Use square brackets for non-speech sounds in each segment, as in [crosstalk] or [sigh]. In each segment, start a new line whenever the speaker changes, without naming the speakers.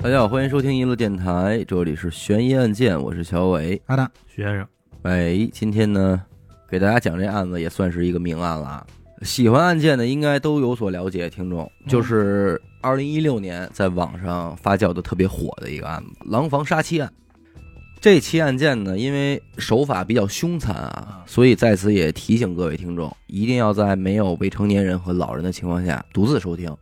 大家好，欢迎收听一路电台，这里是悬疑案件，我是小伟。
阿达，
徐先生，
哎，今天呢，给大家讲这案子也算是一个命案了啊。喜欢案件的应该都有所了解，听众就是二零一六年在网上发酵的特别火的一个案子——廊坊杀妻案。这起案件呢，因为手法比较凶残啊，所以在此也提醒各位听众，一定要在没有未成年人和老人的情况下独自收听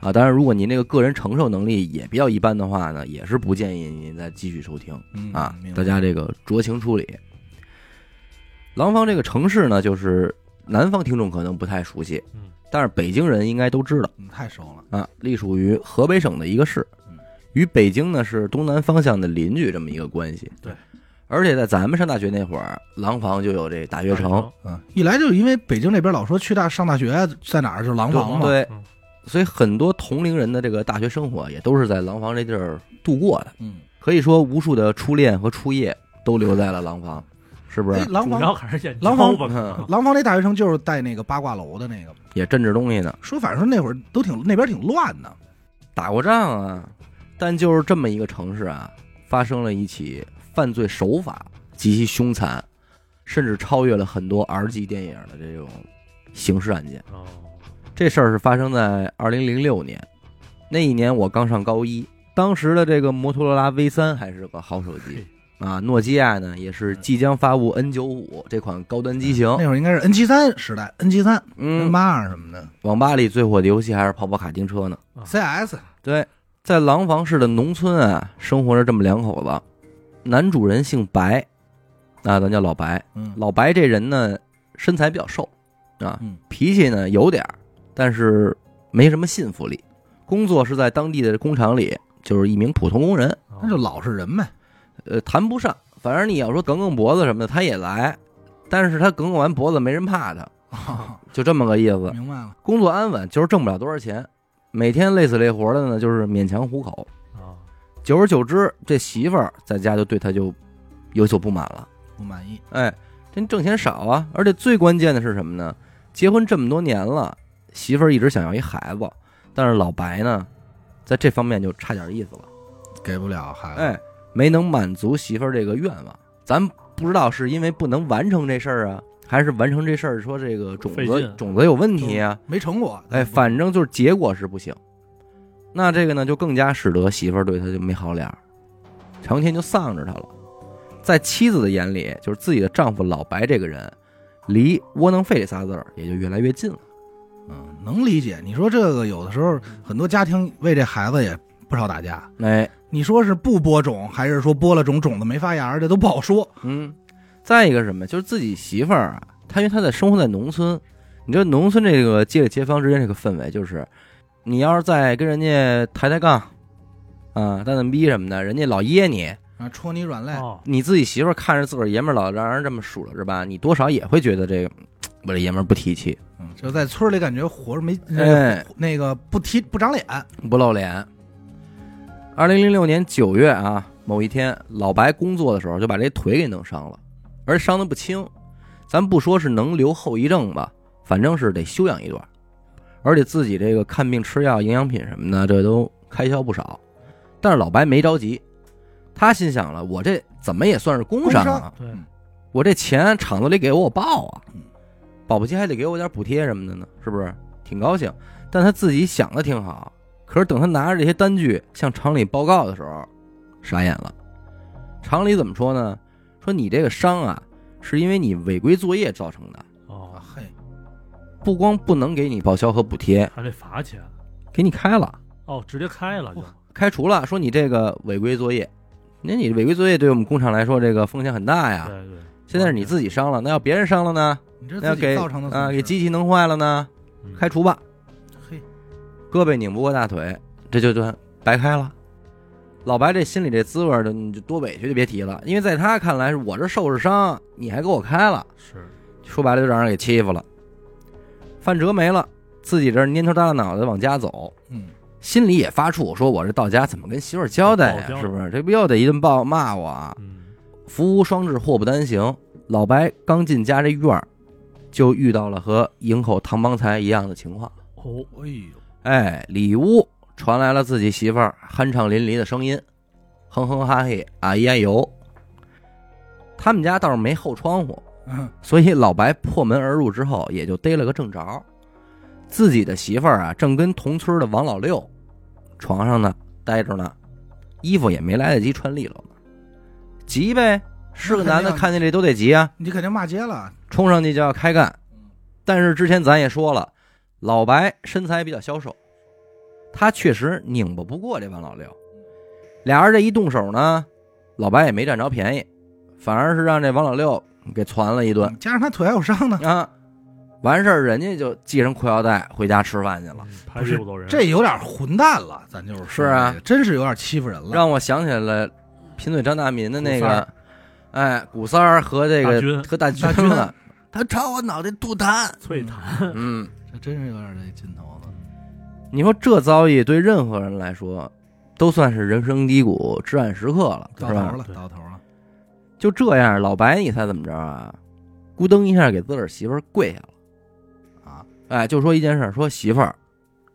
啊。当然，如果您这个个人承受能力也比较一般的话呢，也是不建议您再继续收听。
嗯
啊，大家这个酌情处理。廊坊这个城市呢，就是南方听众可能不太熟悉
嗯，
但是北京人应该都知道
嗯太熟了，
啊，隶属于河北省的一个市
嗯，
与北京呢是东南方向的邻居这么一个关系。
对，
而且在咱们上大学那会儿，廊坊就有这大学城，
嗯，一来就是因为北京这边老说去大上大学在哪儿，就是廊坊嘛，
对
嗯，
所以很多同龄人的这个大学生活也都是在廊坊这地儿度过的。
嗯，
可以说，无数的初恋和初夜都留在了廊坊，是不
哎
是？
廊
主
坊
要还是眼
廊坊
吧，
嗯
可能
廊坊那大学生就是带那个八卦楼的那个，
也镇着东西呢。
说反正那会儿都挺那边挺乱的，
打过仗啊，但就是这么一个城市啊，发生了一起犯罪手法极其凶残，甚至超越了很多 R 级电影的这种刑事案件。
哦，
这事儿是发生在二零零六年，那一年我刚上高一，当时的这个摩托罗拉 V 三还是个好手机啊，诺基亚呢也是即将发布 N 九五这款高端机型。
那会儿应该是 N 七三时代，N 七三、N
嗯，
八二什么的
网吧里最火的游戏还是跑跑卡丁车呢。
哦
，CS，
对，在廊坊市的农村啊，生活着这么两口子，男主人姓白，啊，咱叫老白。
嗯，
老白这人呢，身材比较瘦，啊
嗯，
脾气呢有点儿，但是没什么信服力。工作是在当地的工厂里，就是一名普通工人，
哦
那就老实人呗，
呃，谈不上。反正你要说梗梗脖子什么的，他也来，但是他梗梗完脖子没人怕他，
[laughs]
就这么个意思。
明白了，
工作安稳，就是挣不了多少钱，每天累死累活的呢，就是勉强糊口。
哦
久而久之，这媳妇儿在家就对他就有所不满了。
不满意，
哎，这挣钱少啊，而且最关键的是什么呢？结婚这么多年了，媳妇儿一直想要一孩子，但是老白呢，在这方面就差点意思了。
给不了
啊
孩子，
哎，没能满足媳妇儿这个愿望。咱不知道是因为不能完成这事儿啊，还是完成这事儿说这个种
费
子
劲
种子有问题啊？
没成果，
哎，反正就是结果是不行。那这个呢，就更加使得媳妇儿对他就没好脸儿，成天就丧着他了。在妻子的眼里，就是自己的丈夫老白这个人，离窝囊废这仨字儿也就越来越近了。
嗯，能理解。你说这个有的时候很多家庭为这孩子也不少打架，
哎，
你说是不播种，还是说播了种种子没发芽，这都不好说。
嗯，再一个是什么，就是自己媳妇儿啊，她因为她在生活在农村，你知道农村这个街里街坊之间这个氛围，就是你要是再跟人家抬抬杠啊、蛋蛋逼什么的，人家老噎你，
啊，戳你软肋，
哦，
你自己媳妇儿看着自个儿爷们儿老让人这么数落着吧，你多少也会觉得这个我这爷们儿不提气，
嗯，就在村里感觉活着没、呃
哎，
那个不提不长脸，
不露脸。二零零六年九月啊，某一天，老白工作的时候就把这腿给弄伤了，而且伤的不轻。咱不说是能留后遗症吧，反正是得休养一段。而且自己这个看病吃药、营养品什么的，这都开销不少。但是老白没着急，他心想了，我这怎么也算是工伤
工
啊
伤，
对，
我这钱厂子里给我，我报啊
嗯，
保不齐还得给我点补贴什么的呢，是不是？挺高兴。但他自己想的挺好，可是等他拿着这些单据向厂里报告的时候，傻眼了。厂里怎么说呢？说你这个伤啊，是因为你违规作业造成的，
啊
哦，
嘿，
不光不能给你报销和补贴，
还得罚钱，
给你开了，
哦，直接开了就，
开除了，说你这个违规作业。那你违规作业对我们工厂来说，这个风险很大呀。
对对，
现在是你自己伤了，那要别人伤了呢？
你这
那要
自
给
己造成的
啊，
损
给
失，
机器弄坏了呢？
嗯
开，除吧。
嘿，
胳膊拧不过大腿，这就算白开了。老白这心里这滋味儿的，你就多委屈就别提了，因为在他看来，我这受着伤，你还给我开了，
是，
说白了就让人给欺负了。范哲没了，自己这蔫头耷拉脑袋往家走，
嗯，
心里也发怵，说我这到家怎么跟媳妇儿交代呀、
报销
是不是？这不又得一顿暴骂我啊？
嗯，
福无双至，祸不单行。老白刚进家这院儿，就遇到了和营口唐帮财一样的情况。
哦，
哎呦，
哎，里屋传来了自己媳妇儿酣畅淋漓的声音，哼哼哈嘿，啊咿呀呦。他们家倒是没后窗户，
嗯
所以老白破门而入之后，也就逮了个正着。自己的媳妇儿啊，正跟同村的王老六床上呢待着呢，衣服也没来得及穿利落呢，急呗，是个男的，
那肯定啊
看见这都得急啊。
你肯定骂街了，
冲上去就要开干。但是之前咱也说了，老白身材比较消瘦，他确实拧巴不过这王老六。俩人这一动手呢，老白也没占着便宜，反而是让这王老六给攒了一顿
嗯加上他腿还有伤呢，
啊。完事儿，人家就系上裤腰带回家吃饭去了，
嗯拍屁股走人，
这有点混蛋了，咱就是说
是啊，
真是有点欺负人了。
让我想起来了贫嘴张大民的那
古三
个，哎，古三儿和这
大
个
军
和大
大军
军了，他朝我脑袋吐痰，
[laughs] 脆弹，
嗯。
这真是有点这劲头了。
你说这遭遇对任何人来说，都算是人生低谷、至暗时刻了，是
到头
吧？
了，
对
到头了，
就这样，老白，你猜怎么着啊？咕噔一下给自个儿媳妇儿跪下了，
啊！
哎，就说一件事儿，说媳妇儿，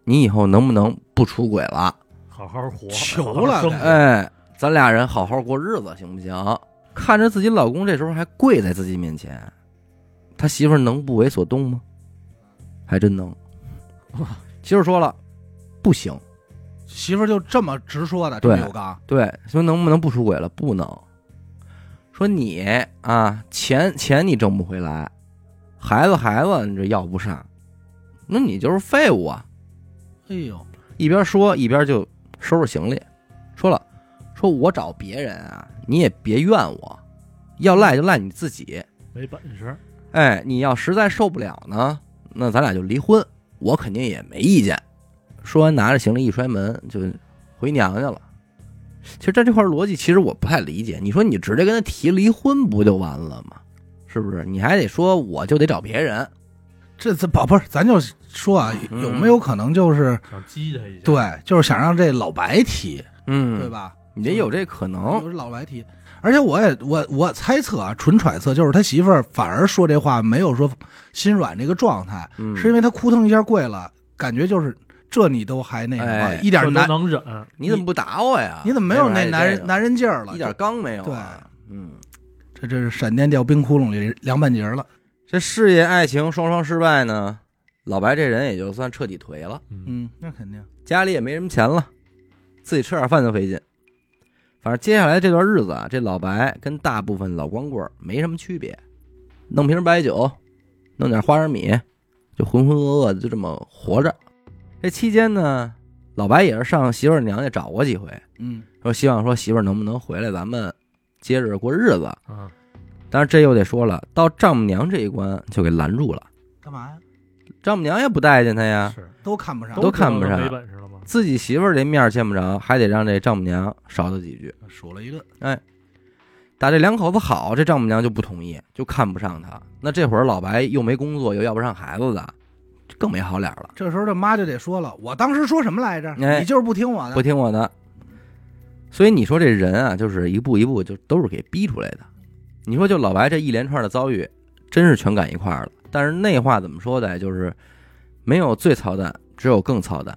你以后能不能不出轨了？
好好活，
求
好好
了
生活
哎
哎，咱俩人好好过日子，行不行？看着自己老公这时候还跪在自己面前，他媳妇儿能不为所动吗？还真能。媳妇儿说了，不行，
媳妇儿就这么直说的，这么
对
有刚，
对，说能不能不出轨了？不能。说你啊，钱钱你挣不回来，孩子孩子你这要不上，那你就是废物啊！
哎呦，
一边说一边就收拾行李，说了，说我找别人啊，你也别怨我，要赖就赖你自己。
没本事，
哎，你要实在受不了呢，那咱俩就离婚，我肯定也没意见。说完，拿着行李一摔门就回娘家了。其实在这块逻辑，其实我不太理解。你说你直接跟他提离婚不就完了吗？是不是？你还得说我就得找别人，
这这宝贝儿，咱就说啊，
嗯
有没有可能就是
想激他一下，，
对，就是想让这老白提，
嗯哦
对？吧？
你得有这可能，
就是老白提。而且我也我我猜测啊，纯揣测，就是他媳妇儿反而说这话没有说心软这个状态，
嗯，
是因为他扑腾一下跪了，感觉就是这你都还那什么，
哎
一
这
点
都
男
能忍，
你怎么不打我呀？
你怎么没有那男人
哎这
男人劲儿了？
一点
就
刚没有啊？嗯，
这这是闪电掉冰窟窿里凉半截儿了。
这事业爱情双双失败呢，老白这人也就算彻底颓了。
嗯，
嗯，那肯定。
家里也没什么钱了，自己吃点饭就费劲。反正接下来这段日子啊，这老白跟大部分老光棍儿没什么区别，弄瓶白酒，弄点花生米，就浑浑噩噩的就这么活着。这期间呢，老白也是上媳妇儿娘家找过几回，
嗯，
说希望说媳妇儿能不能回来，咱们接着过日子。
啊，
但是这又得说了，到丈母娘这一关就给拦住了，
干嘛呀？
丈母娘也不待见他呀，
是，
都看不上，
啊都看不上
没本事了吗？
自己媳妇儿这面儿见不着，还得让这丈母娘少他几句。
数了一顿。
打这两口子好，这丈母娘就不同意，就看不上他。那这会儿老白又没工作，又要不上孩子的，就更没好脸了，
这时候这妈就得说了，我当时说什么来着？
哎
你就是不听我的。
不听我的。所以你说这人啊，就是一步一步就都是给逼出来的。你说就老白这一连串的遭遇，真是全赶一块儿了。但是那话怎么说的呀？就是没有最操蛋，只有更操蛋。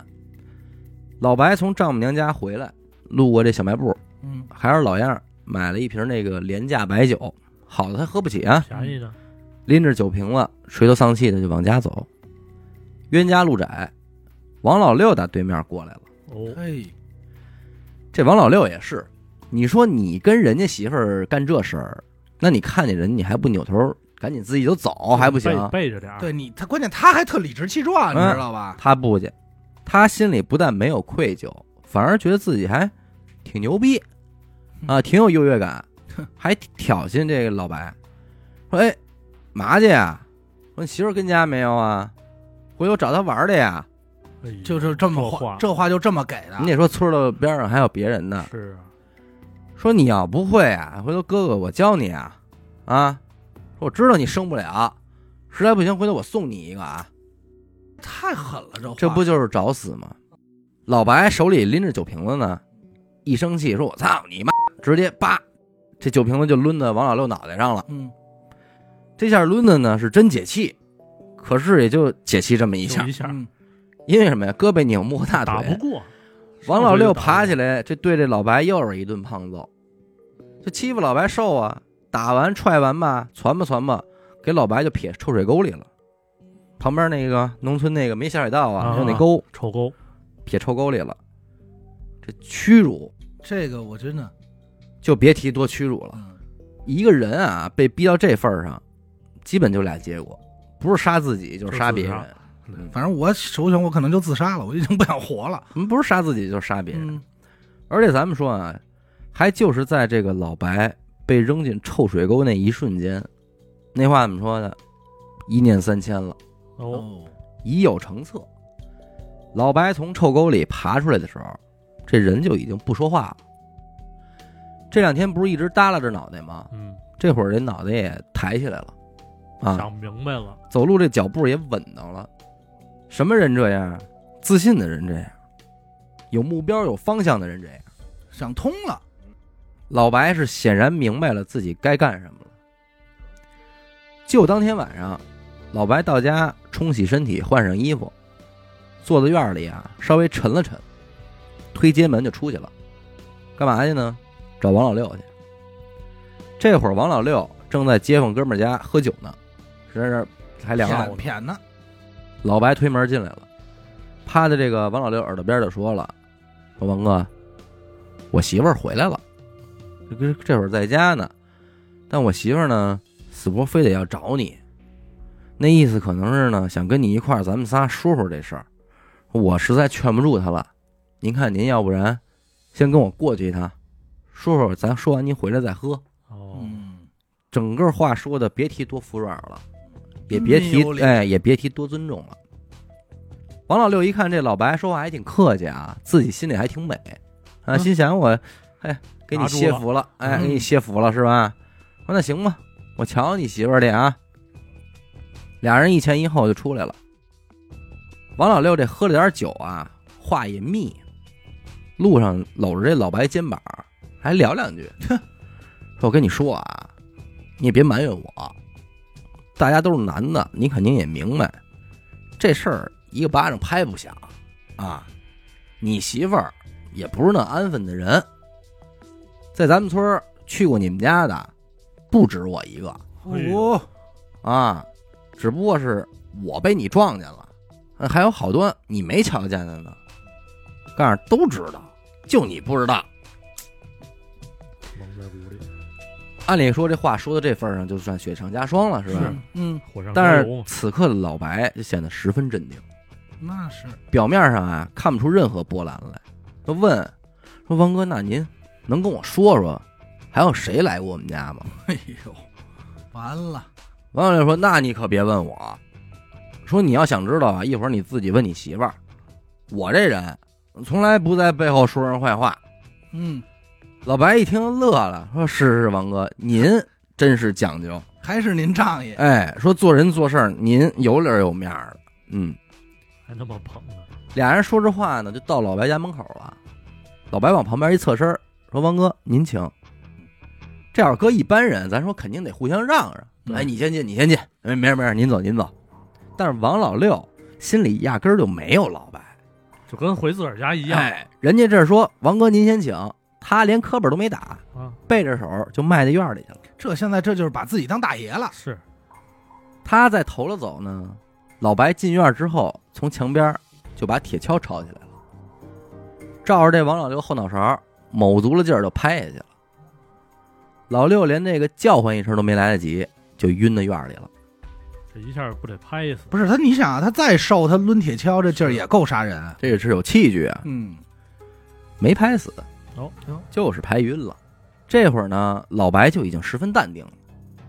老白从丈母娘家回来，路过这小卖部，
嗯，
还是老样儿买了一瓶那个廉价白酒，好的他喝不起啊，
便宜呢，
拎着酒瓶子，垂头丧气的就往家走。冤家路窄，王老六打对面过来了。
哦，
哎，
这王老六也是，你说你跟人家媳妇儿干这事儿，那你看见人你还不扭头，赶紧自己就走哦还不行？啊
背背着点儿，
对你，他关键他还特理直气壮，你
嗯
知道吧？
他不去，他心里不但没有愧疚，反而觉得自己还挺牛逼啊，挺有优越感，还挑衅这个老白，说：“哎，嘛去呀？说你媳妇儿跟家没有啊？回头找她玩儿去呀。”
哎呦
就是这么
这话
这话就这么给的。
嗯你得说村儿的边上还有别人呢，
是啊，
说你要不会啊，回头哥哥我教你啊，啊，说我知道你生不了，实在不行回头我送你一个啊，
太狠了，这话
这不就是找死吗？老白手里拎着酒瓶子呢，一生气说我操你妈，直接叭，这酒瓶子就抡到王老六脑袋上了。
嗯，
这下抡的呢是真解气，可是也就解气这么一
就
下
一，下
嗯
因为什么呀？胳膊拧不过大
打不
腿，
过，
王老六爬起来，这对这老白又是一顿胖揍，就欺负老白瘦啊，打完踹完吧，攒吧攒吧，给老白就撇臭水沟里了。旁边那个农村那个没下水道啊，
啊
有那沟
臭沟，
撇臭沟里了，这屈辱
这个我真的，
就别提多屈辱了。
嗯，
一个人啊，被逼到这份儿上，基本就俩结果，不是杀自己就是杀别人
就是，
嗯
反正我首选我可能就自杀了，我已经不想活了。
嗯不是杀自己就是杀别人。
嗯，
而且咱们说啊，还就是在这个老白被扔进臭水沟那一瞬间，那话怎么说的？一念三千了，
哦，
哦，
已有成策。老白从臭沟里爬出来的时候，这人就已经不说话了。这两天不是一直耷拉着脑袋吗？
嗯，
这会儿这脑袋也抬起来了，啊，
想明白了，
走路这脚步也稳当了。什么人这样？自信的人这样，有目标、有方向的人这样。
想通了，
老白是显然明白了自己该干什么了。就当天晚上，老白到家冲洗身体，换上衣服，坐在院儿里啊，稍微沉了沉，推街门就出去了。干嘛去呢？找王老六去。这会儿王老六正在街坊哥们儿家喝酒呢，在这儿还凉快呢
骗。骗呢，
老白推门进来了，趴在这个王老六耳朵边就说了：“说王哥，我媳妇儿回来了，这这这会儿在家呢，但我媳妇儿呢，死活非得要找你，那意思可能是呢，想跟你一块儿，咱们仨说说这事儿。我实在劝不住她了，您看您要不然先跟我过去一趟，说说，咱说完您回来再喝。”
哦，
嗯，
整个话说的别提多服软了，也别提
嗯真有理
哎，也别提多尊重了。王老六一看这老白说话还挺客气啊，自己心里还挺美啊，
嗯
心想我，哎，给你
拿住
歇服了，哎，
嗯
给你歇服了是吧？我说那行吧，我瞧你媳妇儿去啊。俩人一前一后就出来了。王老六这喝了点酒啊，话也密，路上搂着这老白肩膀还聊两句，说我跟你说啊，你也别埋怨我，大家都是男的，你肯定也明白，这事儿一个巴掌拍不响啊。你媳妇儿也不是那安分的人，在咱们村儿去过你们家的不止我一个
哎呦
哦，
啊，只不过是我被你撞见了，呃还有好多你没瞧见的呢。告诉都知道，就你不知道。
蒙在鼓里，
按理说这话说到这份儿上，就算雪上加霜了，是吧？
是
嗯，
火上
但
浇油
是此刻的老白就显得十分镇定，
那是，
表面上啊看不出任何波澜来。就问说：“王哥，那您能跟我说说，还有谁来过我们家吗
哎呦，完了，？”
王老六说：“那你可别问我，说你要想知道啊，一会儿你自己问你媳妇儿。我这人从来不在背后说人坏话。”
嗯，
老白一听乐了，说：“是是，王哥，您真是讲究。”
还是您仗义，
哎，说做人做事儿您有理儿有面儿的。嗯，
还那么捧呢，
俩人说着话呢，就到老白家门口了。老白往旁边一侧身儿，说：“王哥，您请。”这要是搁一般人，咱说肯定得互相让让。
对
哎，你先进，你先进，哎没没事没事，您走您走。但是王老六心里压根儿就没有老白，
就跟回自个儿家一样
哎，人家这儿说王哥您先请，他连磕巴都没打，
啊，
背着手就迈到院里去了。
这现在这就是把自己当大爷了，
是
他在头了走呢，老白进院之后，从墙边就把铁锹抄起来了，照着这王老六后脑勺卯足了劲儿就拍下去了。老六连那个叫唤一声都没来得及，就晕到院里了。
这一下不得拍死，
不是他，你想啊，他再瘦，他抡铁锹这劲儿也够杀人，
这是有器具啊，
嗯，
没拍死，
哦，行，
就是拍晕了。这会儿呢，老白就已经十分淡定了，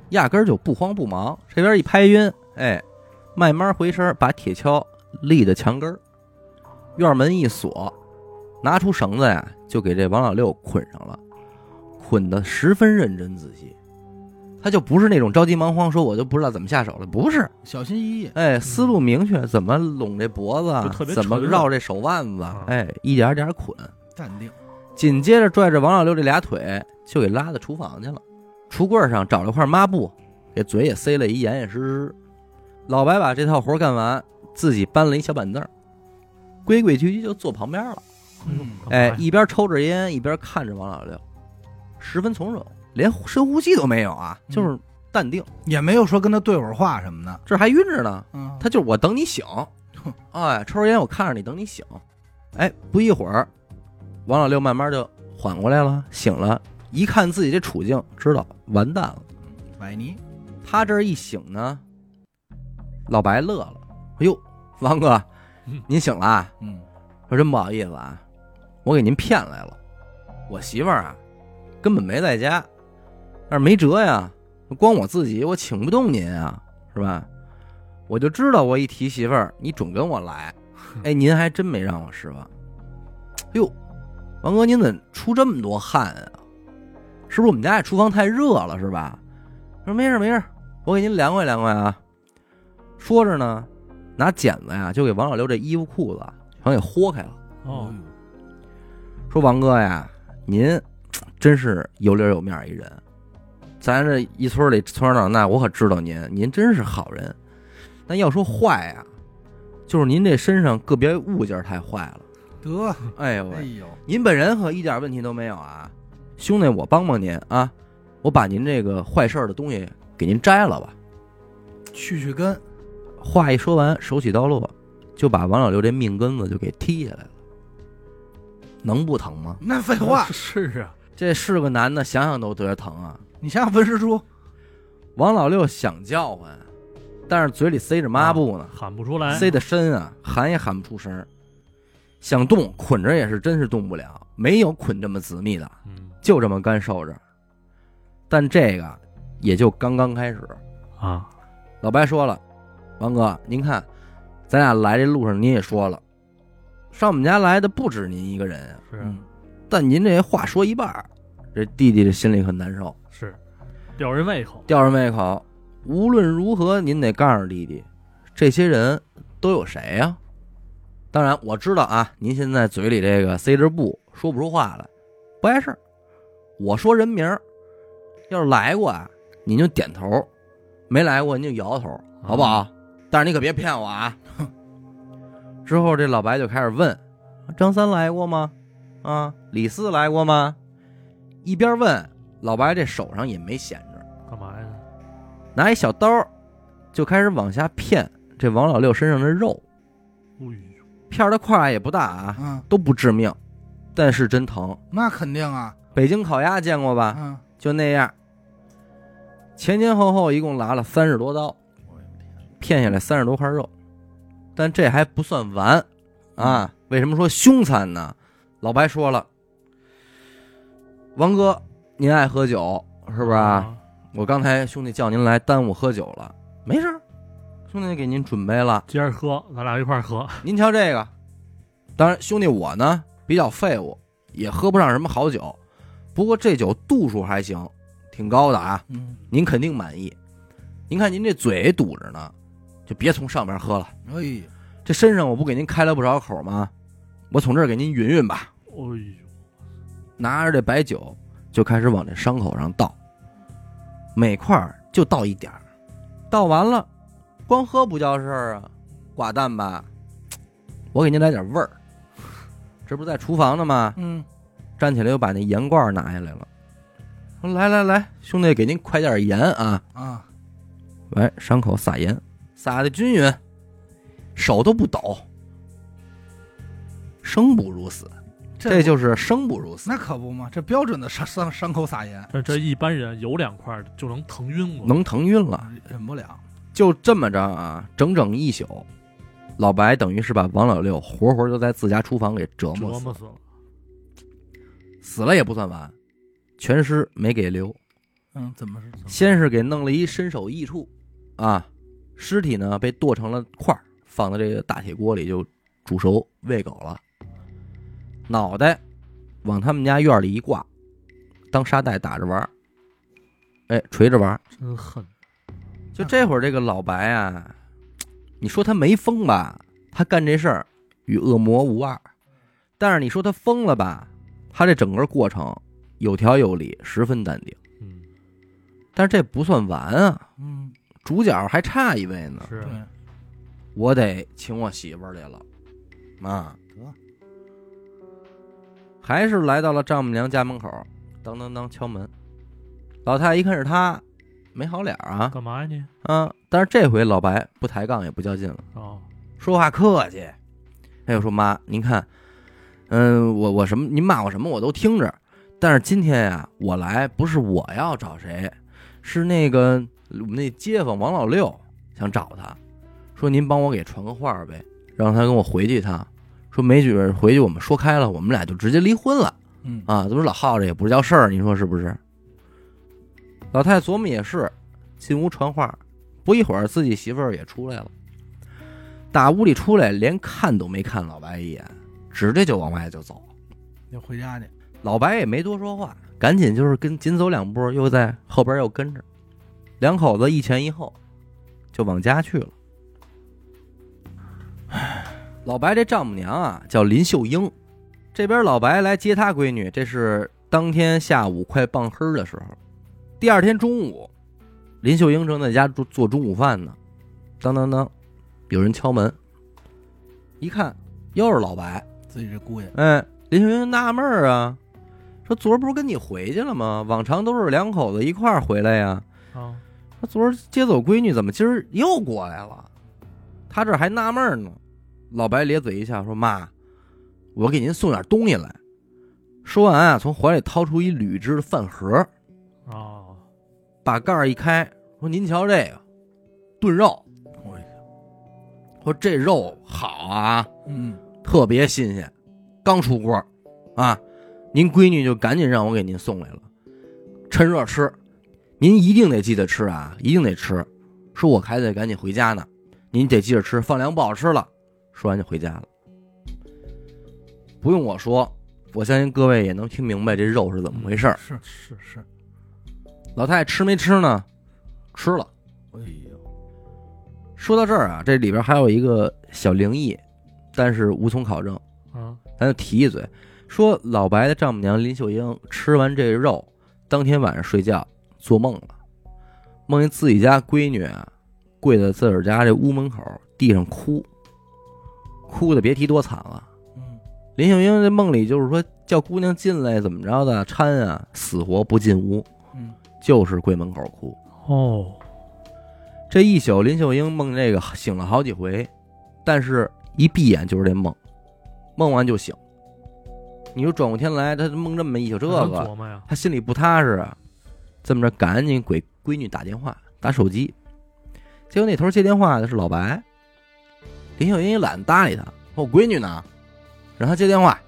压根儿就不慌不忙。这边一拍晕，哎，慢慢回身，把铁锹立在墙根儿，院门一锁，拿出绳子呀，就给这王老六捆上了，捆得十分认真仔细。他就不是那种着急忙慌，说我就不知道怎么下手了，不是，
小心翼翼，
哎，思路明确，怎么拢这脖
就特
子，
别
怎么
沉
绕这手腕子
啊，
哎，一点儿点儿捆。
淡定，
紧接着拽着王老六这俩腿就给拉到厨房去了。橱柜上找了块抹布，给嘴也塞了一严严实实。老白把这套活干完，自己搬了一小板凳儿，规规矩矩就坐旁边了。
嗯
哎，一边抽着烟一边看着王老六，十分从容，连深呼吸都没有啊，
嗯
就是淡定。
也没有说跟他对会儿话什么的。
这还晕着呢，
嗯，
他就是我等你醒 [laughs]
哼，
哎，抽着烟我看着你等你醒。哎，不一会儿，王老六慢慢就缓过来了，醒了，一看自己这处境，知道完蛋了。
崴泥，
他这一醒呢，老白乐了，哎呦，王哥
嗯，
您醒了啊？
嗯，
说真不好意思啊，我给您骗来了。我媳妇儿啊，根本没在家，但是没辙呀，光我自己我请不动您啊，是吧？我就知道我一提媳妇儿，你准跟我来。哎，您还真没让我失望。哎呦，王哥，您怎么出这么多汗啊？是不是我们家这厨房太热了，是吧？说没事没事，我给您凉快凉快啊。说着呢，拿剪子呀就给王老六这衣服裤子啊全给豁开了。
哦，
说王哥呀，您真是有脸有面儿一人，咱这一村里从小长大，我可知道您，您真是好人。但要说坏呀，就是您这身上个别物件儿太坏了。
得，
哎呦
哎
喂，
呦，
您本人可一点问题都没有啊，兄弟，我帮帮您啊，我把您这个坏事儿的东西给您摘了吧。
去去根，
话一说完，手起刀落，就把王老六这命根子就给踢下来了。能不疼吗？
那废话，
[laughs] 是啊，
这是个男的，想想都觉得疼啊。
你想想文师叔，
王老六想叫唤，但是嘴里塞着抹布呢，
喊不出来，
塞得深啊，喊也喊不出声儿。想动捆着也是真是动不了，没有捆这么紧密的，
嗯
就这么干受着。但这个也就刚刚开始。
啊，
老白说了，王哥，您看，咱俩来这路上您也说了，上我们家来的不止您一个人啊，
是
嗯
但您这话说一半儿，这弟弟这心里可难受。
是，吊人胃口，
吊人胃口。无论如何，您得告诉弟弟，这些人都有谁呀、当然，我知道啊，您现在嘴里这个塞着布，说不出话来，不碍事儿。我说人名儿，要是来过啊，您就点头；没来过，您就摇头，好不好？但是你可别骗我啊！哼之后，这老白就开始问：张三来过吗？啊，李四来过吗？一边问，老白这手上也没闲着。
干嘛呀？
拿一小刀儿，就开始往下片这王老六身上的肉，
哎呦，
片儿的块儿也不大啊，
嗯，
都不致命，但是真疼。
那肯定啊，
北京烤鸭见过吧？
嗯，
就那样。前前后后一共拉了三十多刀，片下来三十多块肉，但这还不算完啊！为什么说凶残呢？老白说了，王哥，您爱喝酒是不是啊？
啊？
我刚才兄弟叫您来，耽误喝酒了，没事儿，兄弟给您准备了，
接着喝，咱俩一块儿喝，
您瞧这个。当然，兄弟我呢比较废物，也喝不上什么好酒，不过这酒度数还行，挺高的啊，
嗯，
您肯定满意。您看您这嘴堵着呢，就别从上边喝了，
哎呦，
这身上我不给您开了不少口吗？我从这儿给您匀匀吧。
哎呦，
拿着这白酒就开始往这伤口上倒，每块儿就倒一点儿，倒完了，光喝不叫事儿啊，寡淡吧，我给您来点味儿。这不是在厨房呢吗？
嗯，
站起来又把那盐罐儿拿下来了，说来来来，兄弟，给您快点儿盐啊！
啊，
来，伤口撒盐，撒的均匀，手都不抖，生不如死，这就是生不如死。
那可不嘛，这标准的伤伤伤口撒盐，
这这一般人有两块就能疼晕过，
能疼晕了，
忍不了，
就这么着啊，整整一宿，老白等于是把王老六活活就在自家厨房给折
折
磨死，
磨死了，
死了也不算完，全尸没给留，
嗯，怎么是？
先是给弄了一身首异处，啊，尸体呢被剁成了块儿，放到这个大铁锅里就煮熟喂狗了，脑袋往他们家院里一挂，当沙袋打着玩儿，哎，垂着玩儿，
真恨，
就这会儿，这个老白啊，你说他没疯吧？他干这事儿与恶魔无二。但是你说他疯了吧？他这整个过程有条有理，十分淡定。
嗯，
但是这不算完啊，
嗯，
主角还差一位呢。
是
对，
我得请我媳妇儿来了，啊，
得，
还是来到了丈母娘家门口，当当当敲门。老太一看是他，没好脸儿啊
干嘛呀你？
啊！但是这回老白不抬杠也不较劲了，
哦，
说话客气。他就说：“妈，您看，嗯，我我什么，您骂我什么我都听着，但是今天呀、我来不是我要找谁，是那个我们那街坊王老六想找他，说您帮我给传个话儿呗，让他跟我回去一趟，说没准儿回去我们说开了，我们俩就直接离婚了。”
嗯，
啊，这不是老耗着也不是叫事儿，你说是不是？老太琢磨也是，进屋传话，不一会儿自己媳妇儿也出来了，打屋里出来连看都没看老白一眼，直接就往外就走。
要回家去。
老白也没多说话，赶紧就是跟紧走两步，又在后边又跟着，两口子一前一后，就往家去了。唉老白这丈母娘啊叫林秀英，这边老白来接他闺女，这是当天下午快傍黑儿的时候。第二天中午，林秀英正在家做做中午饭呢，当当当，有人敲门，一看又是老白，
自己这姑爷，
哎，林秀英纳闷儿啊，说昨儿不是跟你回去了吗？往常都是两口子一块儿回来呀。
啊，
那昨儿接走闺女，怎么今儿又过来了？他这还纳闷儿呢。老白咧嘴一笑说：“妈，我给您送点东西来。”说完啊，从怀里掏出一铝制的饭盒，
哦，
把盖儿一开，说：“您瞧这个，炖肉。
哎呀，”
说：“这肉好啊，
嗯，
特别新鲜，刚出锅儿啊！您闺女就赶紧让我给您送来了，趁热吃。您一定得记得吃啊，一定得吃。说我还得赶紧回家呢，您得记着吃，放凉不好吃了。说完就回家了。不用我说，我相信各位也能听明白这肉是怎么回事儿。
是是是，
老太太吃没吃呢？吃了。
哎呦，
说到这儿啊，这里边还有一个小灵异，但是无从考证。
啊，
咱就提一嘴，说老白的丈母娘林秀英吃完这肉，当天晚上睡觉做梦了，梦见自己家闺女啊跪在自个儿家这屋门口地上哭，哭的别提多惨了。
嗯，
林秀英这梦里就是说叫姑娘进来怎么着的搀啊，死活不进屋，
嗯，
就是跪门口哭。
哦，
这一宿林秀英梦这个醒了好几回，但是一闭眼就是这梦，梦完就醒。你说转过天来，她梦这么一宿这
还能
个，
琢磨呀，
她心里不踏实啊。这么着，赶紧给闺女打电话，打手机。结果那头接电话的是老白，林秀英也懒得搭理他，说我闺女呢，让她接电话。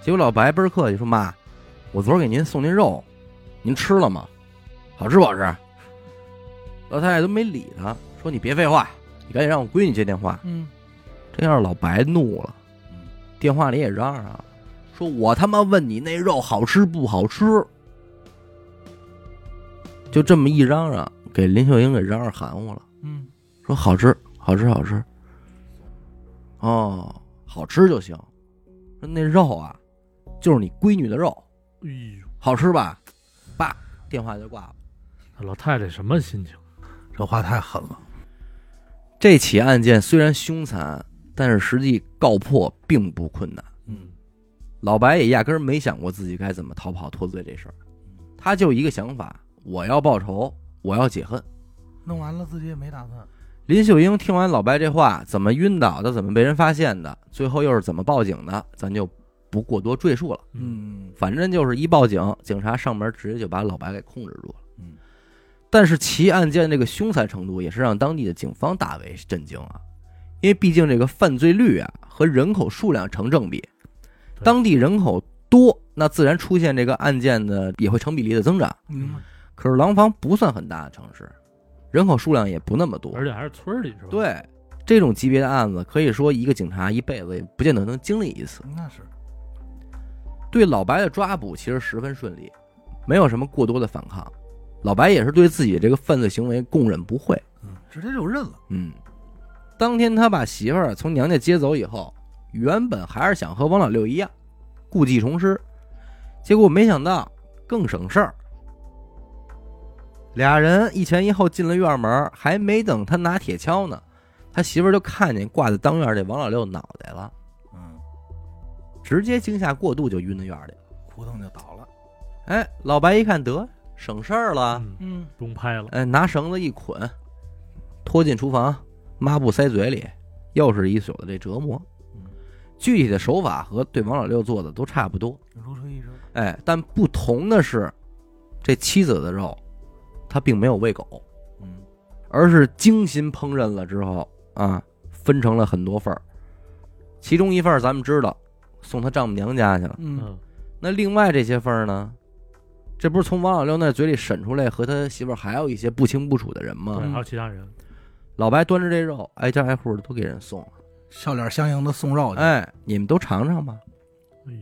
结果老白倍儿客气说：“妈，我昨儿给您送您肉，您吃了吗？好吃不好吃？”老太太都没理他，说：“你别废话，你赶紧让我闺女接电话。
嗯，”
这要是老白怒了
嗯，
电话里也嚷嚷啊，说：“我他妈问你那肉好吃不好吃？”就这么一嚷嚷，给林秀英给嚷嚷含糊了。
嗯，
说好吃，好吃，好吃。哦，好吃就行。说那肉啊，就是你闺女的肉，
哎呦，
好吃吧？爸，电话就挂了。
老太太什么心情？
这话太狠了，
这起案件虽然凶残，但是实际告破并不困难。
嗯，
老白也压根儿没想过自己该怎么逃跑脱罪这事儿，他就一个想法：我要报仇，我要解恨。
弄完了自己也没打算，
林秀英听完老白这话，怎么晕倒的，怎么被人发现的，最后又是怎么报警的，咱就不过多赘述了。
嗯
反正就是一报警，警察上门直接就把老白给控制住了。
嗯，
但是其案件这个凶残程度也是让当地的警方大为震惊啊，因为毕竟这个犯罪率啊和人口数量成正比，
对
当地人口多，那自然出现这个案件呢也会成比例的增长。
明白，
可是廊坊不算很大的城市，人口数量也不那么多，
而且还是村儿里是吧？，
对这种级别的案子，可以说一个警察一辈子也不见得能经历一次。
那是，
对老白的抓捕其实十分顺利，没有什么过多的反抗。老白也是对自己这个犯罪行为供认不讳。
嗯，直接就认了，
嗯，当天他把媳妇儿从娘家接走以后，原本还是想和王老六一样，故技重施，结果没想到更省事儿。俩人一前一后进了院门，还没等他拿铁锹呢，他媳妇儿就看见挂在当院这王老六脑袋了。
嗯，
直接惊吓过度就晕到院里了。
胡同就倒了。
哎，老白一看得省事儿了，
嗯，
嗯，
中拍了，
哎，拿绳子一捆，拖进厨房，抹布塞嘴里，又是一宿的这折磨
嗯。
具体的手法和对王老六做的都差不多，
如出一辙。
哎，但不同的是，这妻子的肉，他并没有喂狗，
嗯，
而是精心烹饪了之后啊，分成了很多份儿。其中一份儿咱们知道送他丈母娘家去了，
嗯，
嗯，
那另外这些份儿呢，这不是从王老六那嘴里审出来和他媳妇儿还有一些不清不楚的人吗？
嗯
对，还有啊其他人，
老白端着这肉，挨家挨户的都给人送了。
笑脸相迎的送肉去。
哎，你们都尝尝吧。
哎，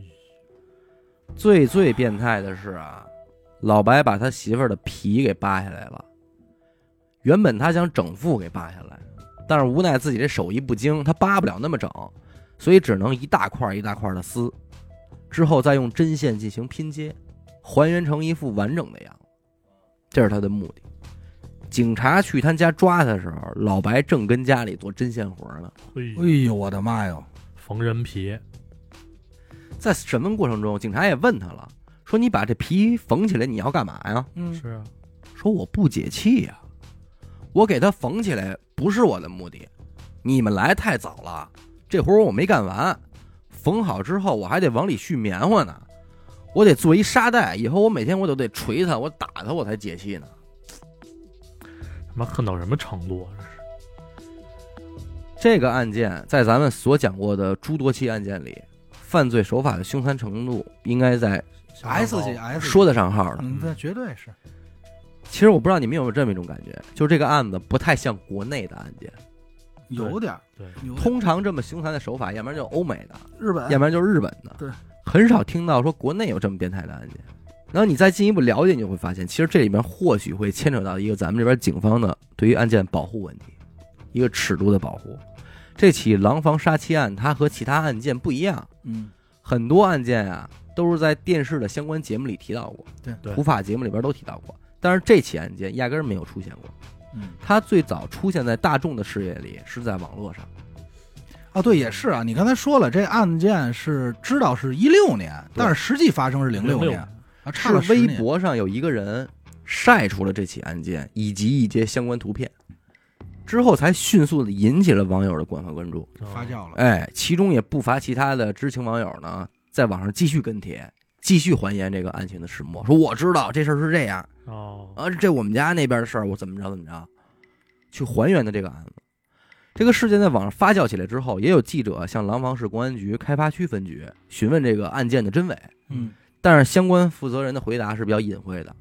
最最变态的是啊，老白把他媳妇儿的皮给扒下来了。原本他想整副给扒下来，但是无奈自己这手艺不精，他扒不了那么整，所以只能一大块一大块的撕，之后再用针线进行拼接，还原成一副完整的样子。这是他的目的。警察去他家抓他的时候，老白正跟家里做针线活呢。
哎
哎，
呦，我的妈哟！
缝人皮，
在审问过程中，警察也问他了，说你把这皮缝起来，你要干嘛呀？
嗯
是啊，
说我不解气呀、我给他缝起来不是我的目的，你们来太早了，这活儿我没干完，缝好之后我还得往里续棉花呢，我得做一沙袋，以后我每天我都得捶他，我打他我才解气呢。
他妈恨到什么程度啊？这是，
这个案件在咱们所讲过的诸多起案件里，犯罪手法的凶残程度应该在
，S 啊级 S 级
说得上号的。
嗯，那绝对是。
其实我不知道你们有没有这么一种感觉，就是这个案子不太像国内的案件。
有点儿
对，
有点儿
通常这么凶残的手法，要不然就欧美的，
日本
要不然就是日本的。
哎对，
很少听到说国内有这么变态的案件。然后你再进一步了解，你就会发现，其实这里面或许会牵扯到一个咱们这边警方的对于案件保护问题，一个尺度的保护。这起廊坊杀妻案，它和其他案件不一样，
嗯，
很多案件啊都是在电视的相关节目里提到过，
对
对
普法节目里边都提到过，但是这起案件压根儿没有出现过。
嗯
它最早出现在大众的视野里是在网络上。
啊，对，也是啊。你刚才说了，这案件是知道是一六年，
对
但是实际发生是零
六
年啊，差
是
了10
微
年。
博上有一个人晒出了这起案件以及一些相关图片，之后才迅速的引起了网友的广泛关注。
发，
哦
酵了，
哎，其中也不乏其他的知情网友呢，在网上继续跟帖，继续还原这个案情的始末，说我知道这事儿是这样
哦，
啊，这我们家那边的事儿，我怎么着怎么着，去还原的这个案子。这个事件在网上发酵起来之后，也有记者向廊坊市公安局开发区分局询问这个案件的真伪。
嗯，
但是相关负责人的回答是比较隐晦的。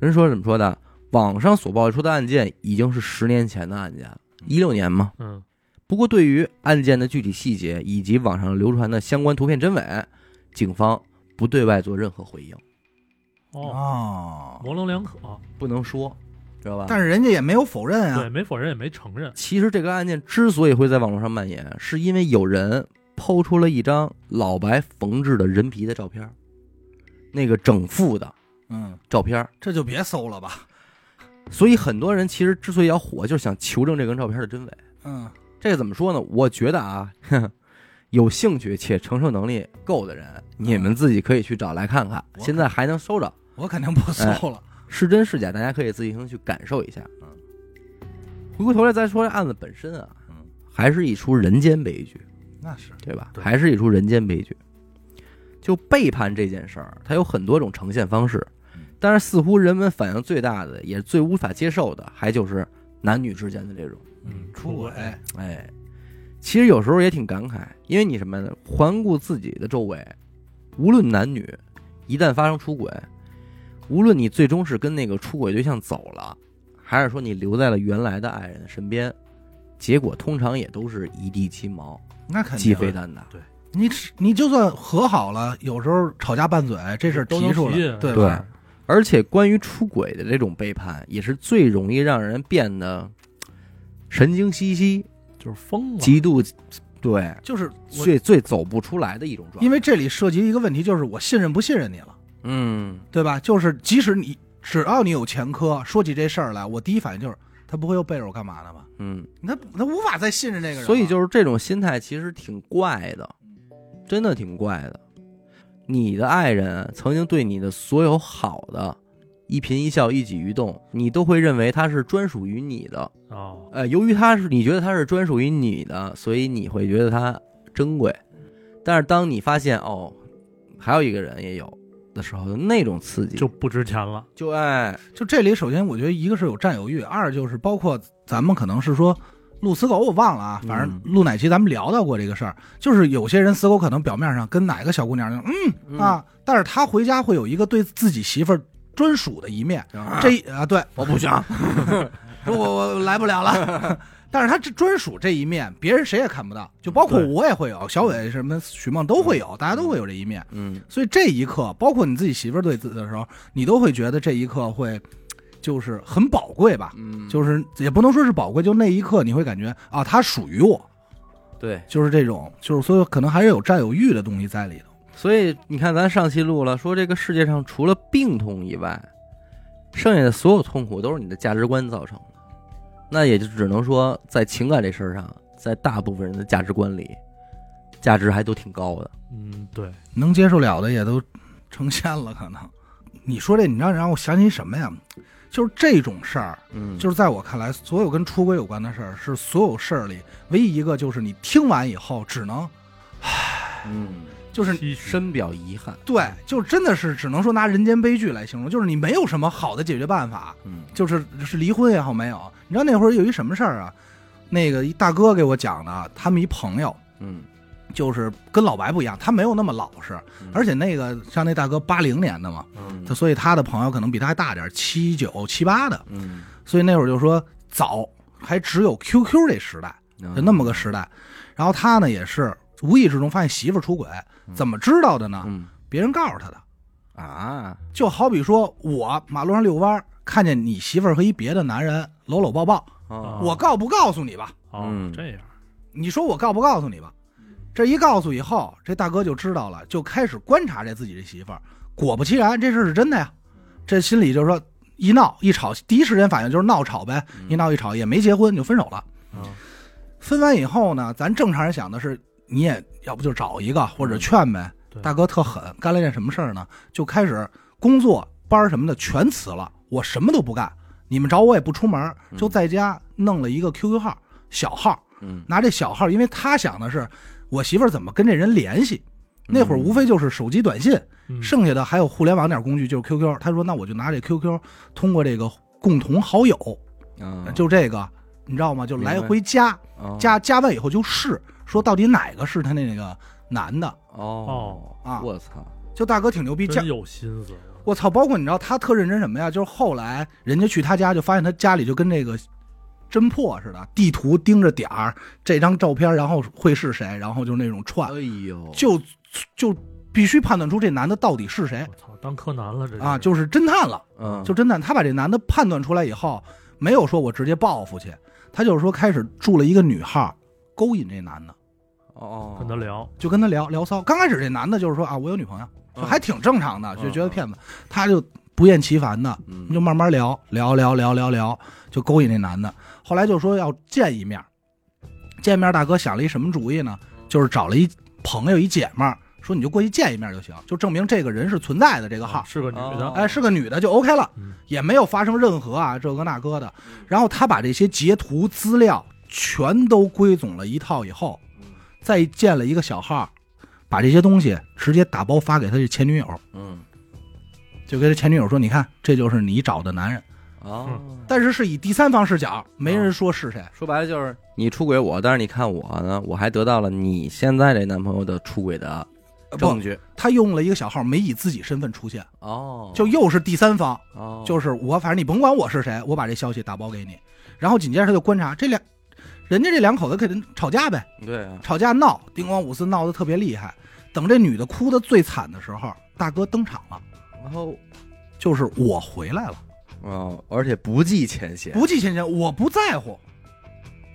人说怎么说的？网上所爆出的案件已经是十年前的案件，一六年嘛。
嗯，
不过对于案件的具体细节以及网上流传的相关图片真伪，警方不对外做任何回应，
哦，
嗯哦，
模棱两可，
不能说，知道吧？
但是人家也没有否认
对，
啊，
没否认也没承认，嗯
其实这个案件之所以会在网络上蔓延，是因为有人抛出了一张老白缝制的人皮的照片儿，那个整副的
嗯，
照片儿。
这就别搜了吧，
所以很多人其实之所以要火，就是想求证这张照片的真伪。
嗯，
这个怎么说呢？我觉得啊，呵呵有兴趣且承受能力够的人，你们自己可以去找来看看。
我
现在还能搜着，
我肯定不搜了，
是真是假，大家可以自行去感受一下。嗯，回过头来再说这案子本身啊，
嗯，
还是一出人间悲剧，
那是，
对吧？
对
还是一出人间悲剧。就背叛这件事儿，它有很多种呈现方式
嗯，
但是似乎人们反应最大的，也最无法接受的，还就是男女之间的这种。
嗯
出轨，
哎，其实有时候也挺感慨，因为你什么呢？环顾自己的周围，无论男女，一旦发生出轨，无论你最终是跟那个出轨对象走了，还是说你留在了原来的爱人身边，结果通常也都是一地鸡毛，
那肯
鸡
定
飞蛋打。
你只你就算和好了，有时候吵架拌嘴这事儿提出来
都能，提
对
对
吧？
而且关于出轨的这种背叛，也是最容易让人变得神经兮兮、
就是疯了，
极度对，
就是我，
最最走不出来的一种状态。
因为这里涉及一个问题，就是我信任不信任你了，
嗯，
对吧？就是即使你只要你有前科，说起这事儿来，我第一反应就是他不会又背着我干嘛呢吧？
嗯，
他他无法再信任这个人了，啊
所以就是这种心态其实挺怪的，真的挺怪的。你的爱人曾经对你的所有好的，一颦一笑、一举一动，你都会认为他是专属于你的。
哦，
呃，由于他是你觉得他是专属于你的，所以你会觉得他珍贵。但是当你发现哦，还有一个人也有的时候，那种刺激
就不值钱了。
就哎，
就这里，首先我觉得一个是有占有欲，二就是包括咱们可能是说录死狗，我忘了啊，反正
嗯
录哪期咱们聊到过这个事儿，就是有些人死狗可能表面上跟哪个小姑娘就嗯
嗯，
啊，但是他回家会有一个对自己媳妇儿专属的一面，
啊
这一啊对，
我不
[laughs]
想，
说我我来不了了。
[laughs]
但是他这专属这一面，别人谁也看不到，就包括
对
我也会有，小伟什么许梦都会有，大家都会有这一面。
嗯，
所以这一刻，包括你自己媳妇儿对自己的时候，你都会觉得这一刻会就是很宝贵吧，
嗯
就是也不能说是宝贵，就那一刻你会感觉啊，它属于我，
对。
就是这种，就是所以可能还是有占有欲的东西在里头。
所以你看，咱上期录了，说这个世界上除了病痛以外，剩下的所有痛苦都是你的价值观造成的。那也就只能说，在情感这事儿上，在大部分人的价值观里，价值还都挺高的。
嗯，对，
能接受了的也都成仙了，可能。你说这，你让让我想起什么呀？就是这种事儿，
嗯
就是在我看来，所有跟出轨有关的事儿，是所有事儿里唯一一个，就是你听完以后只能，
嗯，
就是
唏嘘
深表遗憾。
对，就真的是只能说拿人间悲剧来形容，就是你没有什么好的解决办法，
嗯
就是是离婚也好没有。你知道那会儿有一什么事儿啊？那个一大哥给我讲的，他们一朋友
嗯，
就是跟老白不一样，他没有那么老实，而
且
且那个像那大哥八零年的嘛，
嗯，
他所以他的朋友可能比他还大点儿，七九七八的，
嗯，
所以那会儿就说早，还只有 QQ 这时代，
嗯
就那么个时代。然后他呢也是无意之中发现媳妇儿出轨，
嗯
怎么知道的呢？
嗯
别人告诉他的。
啊，
就好比说我马路上遛弯儿，看见你媳妇儿和一别的男人搂搂抱抱，
哦
我告不告诉你吧？
哦
嗯，
这样，
你说我告不告诉你吧？这一告诉以后，这大哥就知道了，就开始观察这自己这媳妇儿。果不其然，这事儿是真的呀。这心里就是说，一闹一吵，第一时间反应就是闹吵呗，一闹一吵也没结婚就分手了。
啊，
分完以后呢，咱正常人想的是，你也要不就找一个或者劝呗。
对
大哥特狠，干了件什么事儿呢？就开始工作班儿什么的全辞了，我什么都不干，你们找我也不出门，就在家弄了一个 QQ 号小号，
嗯，
拿这小号，因为他想的是我媳妇儿怎么跟这人联系。那会儿无非就是手机短信，
嗯
剩下的还有互联网点工具，就是 QQ。他说：“那我就拿这 QQ，通过这个共同好友，
啊
就这个，你知道吗？就来回加，
哦
加加完以后就试，说到底哪个是他那个男的。
哦
哦啊
我操，
就大哥挺牛逼，加
嗯真有心思，
我操！包括你知道他特认真什么呀？就是后来人家去他家，就发现他家里就跟那个侦破似的，地图盯着点儿，这张照片，然后会是谁，然后就那种串，
哎呦，
啊就就必须判断出这男的到底是谁
我操，当柯南了这
啊！就是侦探了，
嗯
就侦探。他把这男的判断出来以后，没有说我直接报复去，他就是说开始住了一个女号，勾引这男的。
哦，
跟他聊，
就跟他聊聊骚。刚开始这男的就是说啊，我有女朋友，就
嗯
还挺正常的，
嗯
就觉得骗子，他就不厌其烦的，
嗯，
就慢慢聊聊聊聊聊聊，就勾引那男的。后来就说要见一面，见面大哥想了一什么主意呢？就是找了一朋友一姐们儿，说你就过去见一面就行，就证明这个人是存在的这个号
啊。是个女
哦
的，
哎，是个女的就 OK 了
嗯，
也没有发生任何啊这个那个的。然后他把这些截图资料全都归总了一套以后，再建了一个小号，把这些东西直接打包发给他这前女友，
嗯，
就跟这前女友说：“你看，这就是你找的男人。
哦”，
但是是以第三方视角，没人说是谁。
说白了就是你出轨我，但是你看我呢，我还得到了你现在这男朋友的出轨的
呃不
证，据
他用了一个小号，没以自己身份出现，
哦，
就又是第三方，
哦，
就是我，反正你甭管我是谁，我把这消息打包给你。然后紧接着他就观察这两，人家这两口子肯定吵架呗，
对啊，
吵架闹，叮咣五四闹得特别厉害。等这女的哭得最惨的时候，大哥登场了，
然后
就是我回来了，
哦，而且不计前嫌，
不计前嫌，我不在乎。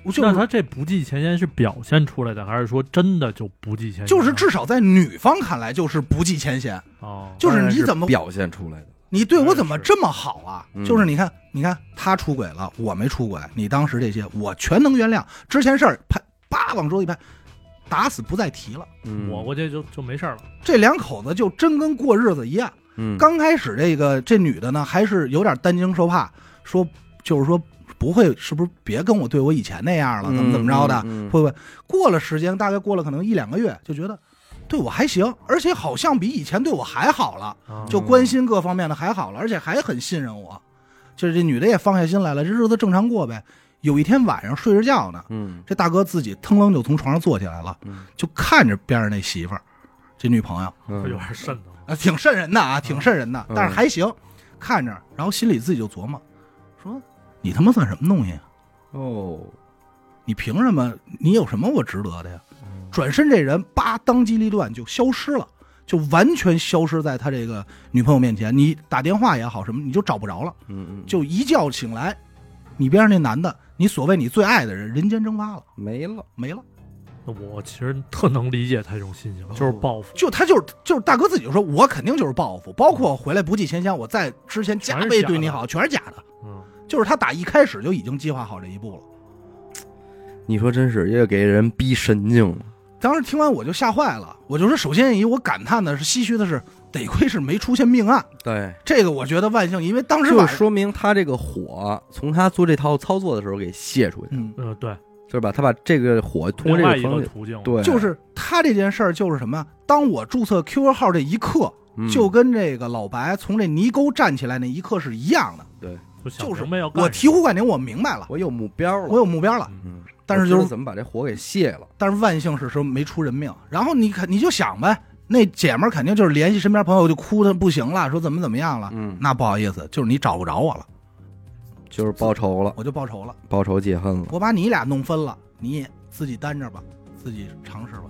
我就是
那他这不计前嫌是表现出来的，还是说真的就不计前嫌？
就是至少在女方看来就是不计前嫌，
哦，
就是
当然
你怎么
表现出来的？
你对我
是
怎么这么好啊？
嗯
就是你看，你看他出轨了，我没出轨，你当时这些我全能原谅，之前事儿拍叭往桌子一拍，打死不再提了。
嗯
我我这就就没事儿了。
这两口子就真跟过日子一样。
嗯
刚开始这个这女的呢，还是有点担惊受怕，说就是说不会是不是别跟我对我以前那样了，怎么怎么着的，
嗯嗯嗯
会不会？过了时间，大概过了可能一两个月，就觉得对我还行，而且好像比以前对我还好了，嗯
啊
就关心各方面的还好了，而且还很信任我。就是这女的也放下心来了，这日子正常过呗。有一天晚上睡着觉呢，
嗯
这大哥自己腾楞就从床上坐起来了
嗯，
就看着边上那媳妇儿，这女朋友。
嗯
有点瘆得慌。
啊，挺瘆人的啊，挺瘆人的
嗯，
但是还行，看着，然后心里自己就琢磨，说你他妈算什么东西啊？
哦，
你凭什么？你有什么我值得的呀？转身这人叭，当机立断就消失了，就完全消失在他这个女朋友面前。你打电话也好，什么你就找不着了。
嗯嗯，
就一觉醒来，你边上那男的，你所谓你最爱的人，人间蒸发了，
没了，
没了。
那我其实特能理解他这种心情，
哦
就是报复，
就他就是就是大哥自己就说，我肯定就是报复，包括回来不计前嫌，我在之前加倍对你好，全是假的。
嗯，
就是他打一开始就已经计划好这一步了。
你说真是也给人逼神经了。
当时听完我就吓坏了，我就说，首先一我感叹的是唏嘘的是，得亏是没出现命案，
对，
这个我觉得万幸，因为当时
就
晚
是
上，
说明他这个火从他做这套操作的时候给泄出去，
嗯，
呃，对，
就是吧？他把这个火通过
另
这
外
个
一
方
个
式，
途径，，
对，
就是他这件事儿就是什么呀？当我注册 QQ 号这一刻，
嗯
就跟这个老白从这泥沟站起来那一刻是一样的。
就想
就是
明白要干
我
什
醍醐灌顶，我明白了，
哎我有目标了，
我有目标了。
嗯，
但是
我知道
就是
怎么把这火给泄了？
但是万幸是说没出人命。然后你肯你就想呗，那姐们儿肯定就是联系身边朋友就哭的不行了，说怎么怎么样了。
嗯，
那不好意思，就是你找不着我了，
就是报仇了，
我就报仇了。
报仇解恨了。
我把你俩弄分了，你也自己担着吧，自己尝试吧。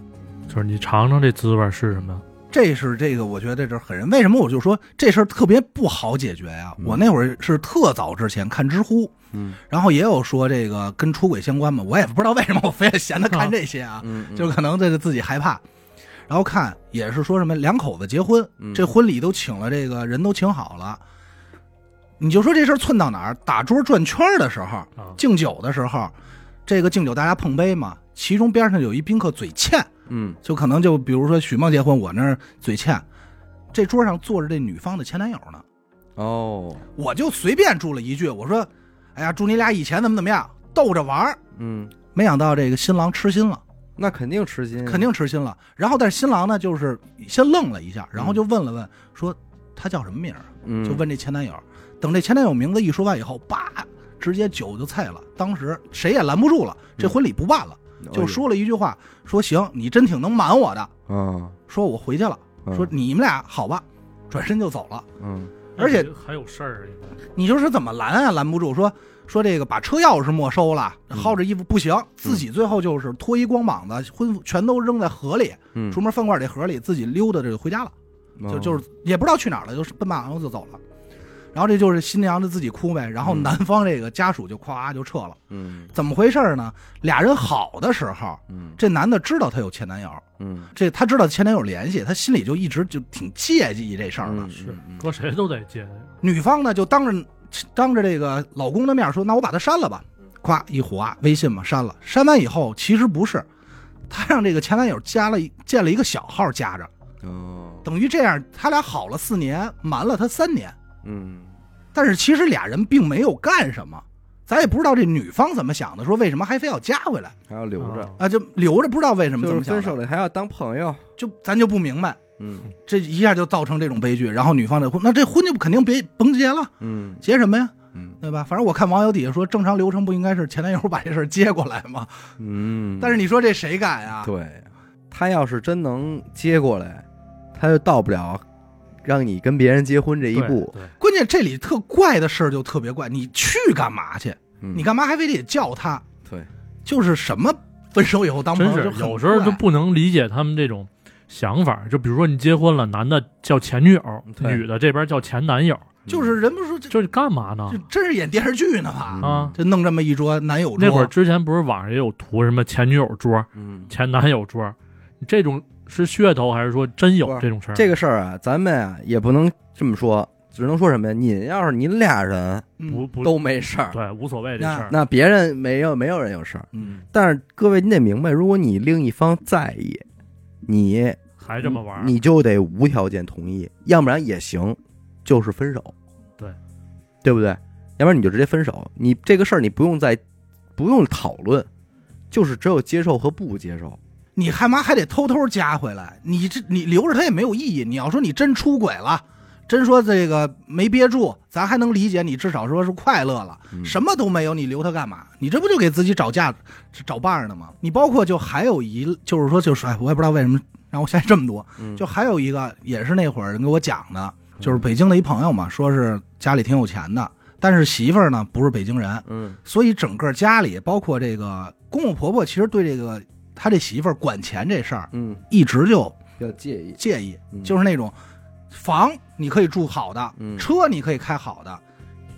么，就是你尝尝这滋味儿是什么，
这是这个，我觉得这事儿狠人。为什么我就说这事儿特别不好解决呀、
嗯
我那会儿是特早之前看知乎，
嗯
然后也有说这个跟出轨相关嘛，我也不知道为什么我非得闲着看这些啊，
嗯，嗯
就可能这是自己害怕。然后看也是说什么两口子结婚，
嗯
这婚礼都请了，这个人都请好了，你就说这事儿寸到哪儿？打桌转圈儿的时候，
啊，
敬酒的时候，这个敬酒大家碰杯嘛，其中边上有一宾客嘴欠，
嗯
就可能就比如说许梦结婚，我那儿嘴欠，这桌上坐着这女方的前男友呢，
哦
我就随便住了一句，我说，哎呀，祝你俩以前怎么怎么样，逗着玩儿。
嗯，
没想到这个新郎痴心了，
那肯定痴心，
肯定痴心了。然后但是新郎呢，就是先愣了一下，然后就问了问，说他叫什么名儿啊？
嗯
就问这前男友。等这前男友名字一说完以后，叭，直接酒就菜了。当时谁也拦不住了，这
嗯
婚礼不办了。就说了一句话，说行，你真挺能瞒我的，
啊，
说我回去了，
嗯
说你们俩好吧，转身就走了。
嗯
而且
那你还有事儿，
你就是怎么拦啊，拦不住，说说这个把车钥匙没收了，
嗯
薅着衣服不行，自己最后就是脱衣光膀子，婚服全都扔在河里，
嗯，哦
出门饭馆这河里，自己溜达着就回家了，就就是是也不知道去哪儿了，就是奔马路就走了。然后这就是新娘子自己哭呗，然后
嗯
男方这个家属就咵就撤了，
嗯
怎么回事呢？俩人好的时候，
嗯
这男的知道他有前男友，
嗯
这他知道前男友联系，他心里就一直就挺介意这事儿的。
嗯
是
嗯
搁谁都得接那
女方呢就当着当着这个老公的面说：“那我把他删了吧。”
嗯
咵一划微信嘛，删了。删完以后，其实不是，她让这个前男友加了一建了一个小号加着，
哦
等于这样他俩好了四年，瞒了他三年。
嗯
但是其实俩人并没有干什么，咱也不知道这女方怎么想的，说为什么还非要加回来
还要留
个，
着，
啊
啊？就留着不知道为什么
哦就
怎
是
么想
分手
的，
了还要当朋友，
就咱就不明白。
嗯
这一下就造成这种悲剧，然后女方这婚，那这婚就肯定别甭结了，
嗯
结什么呀？
嗯
对吧？反正我看网友底下说，正常流程不应该是前男友把这事儿接过来吗？
嗯，
但是你说这谁敢啊呀、
对啊他要是真能接过来，他就到不了让你跟别人结婚这一
对
步。
对，
关键这里特怪的事儿就特别怪，你去干嘛去？
嗯
你干嘛还非得叫他？
对，
就是什么分手以后当朋
真
友，就
是
很
有时候
怪
就不能理解他们这种想法，就比如说你结婚了，男的叫前女友，
对
女的这边叫前男友，
就是人不是说这
就是干嘛呢
这？真是演电视剧呢
嗯
吧？
啊
就弄这么一桌男友桌，
那会儿之前不是网上也有图，什么前女友桌、
嗯，
前男友桌，你这种是噱头还是说真有这种事儿？
这个事儿啊，咱们啊也不能这么说，只能说什么呀？您要是您俩人
嗯
不不
都没事儿，
对，无所谓这事儿。
那别人没有没有人有事儿。
嗯，
但是各位，你得明白，如果你另一方在意，你
还这么玩儿，
你就得无条件同意，要不然也行，就是分手，
对，
对不对？要不然你就直接分手，你这个事儿你不用再不用讨论，就是只有接受和不接受。
你干嘛还得偷偷加回来？你这你留着它也没有意义。你要说你真出轨了，真说这个没憋住，咱还能理解，你至少说是快乐了。
嗯
什么都没有，你留它干嘛？你这不就给自己找架找伴儿呢吗？你包括就还有一，就是说就是哎，我也不知道为什么让我想起这么多。
嗯
就还有一个也是那会儿人给我讲的，就是北京的一朋友嘛，说是家里挺有钱的，但是媳妇儿呢不是北京人，
嗯
所以整个家里包括这个公公婆婆，其实对这个他这媳妇儿管钱这事儿
嗯，
一直就
要介意，
介意，
嗯
就是那种房你可以住好的，
嗯
车你可以开好的，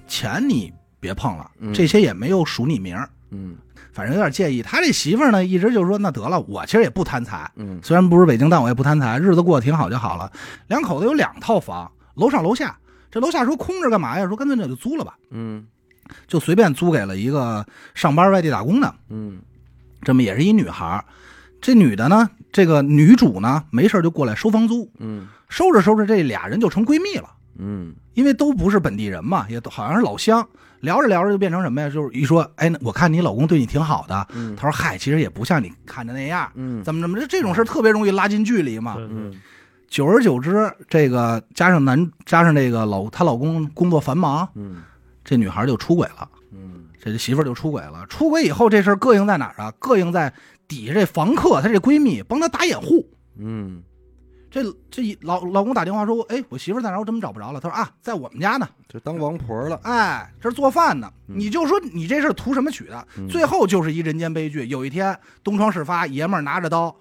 钱你别碰了，
嗯
这些也没有署你名儿，
嗯
反正有点介意。他这媳妇儿呢，一直就说那得了，我其实也不贪财，
嗯
虽然不是北京，但我也不贪财，日子过得挺好就好了。两口子有两套房，楼上楼下。这楼下说空着干嘛呀？说干脆那就租了吧，
嗯
就随便租给了一个上班外地打工的，
嗯
这么也是一女孩儿。这女的呢，这个女主呢，没事儿就过来收房租，
嗯
收着收着，这俩人就成闺蜜了。
嗯
因为都不是本地人嘛，也都好像是老乡，聊着聊着就变成什么呀？就是一说，哎，那我看你老公对你挺好的，
嗯
他说嗨，其实也不像你看着那样，
嗯
怎么怎么，这这种事儿特别容易拉近距离嘛。
对对
嗯
久而久之，这个加上男加上这个老她老公工作繁忙，
嗯
这女孩就出轨了，
嗯
这媳妇儿就出轨了。出轨以后，这事儿膈应在哪儿啊？膈应在底下这房客，她这闺蜜帮她打掩护。
嗯
这这老老公打电话说：“哎，我媳妇儿在哪儿？我怎么找不着了？”她说：“啊，在我们家呢。
就当王婆了。
哎，这儿做饭呢。”
嗯
你就说你这事儿图什么取的？
嗯
最后就是一人间悲剧。有一天东窗事发，爷们儿拿着刀，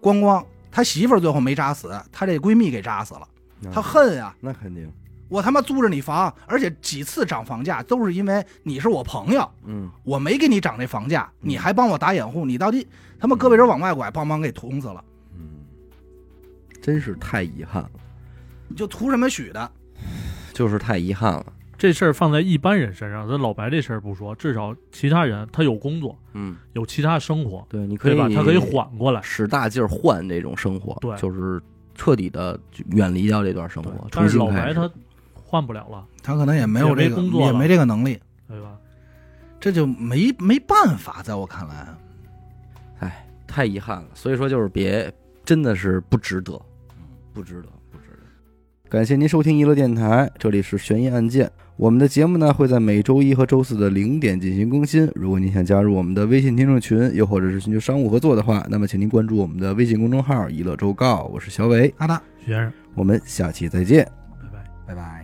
咣咣，他媳妇儿最后没扎死，他这闺蜜给扎死了。
嗯
他恨呀、
那肯定，
我他妈租着你房，而且几次涨房价都是因为你是我朋友，
嗯
我没给你涨这房价，你还帮我打掩护，你到底他妈胳膊肘往外拐，帮忙给捅死了，
嗯，真是太遗憾了，
你就图什么许的？
就是太遗憾了。
这事儿放在一般人身上，咱老白这事儿不说，至少其他人他有工作，
嗯，
有其他生活，
对，你可
对
以
吧？他可以缓过来。
使大劲儿换这种生活，
对
就是彻底的远离掉这段生
对
活，，重
但是
新
老
开
白
始。
他换不了了，
他可能也没有
也没
这个，
工作了
也没这个能力，
对吧？
这就没没办法，在我看来，啊
哎，太遗憾了。所以说，就是别，真的是不值得，
嗯
不值得，不值得。感谢您收听娱乐电台，这里是悬疑案件。我们的节目呢会在每周一和周四的零点进行更新。如果您想加入我们的微信听众群，又或者是寻求商务合作的话，那么请您关注我们的微信公众号“娱乐周告”。我是小伟，
阿达，
徐先生，
我们下期再见。
拜拜。
拜拜。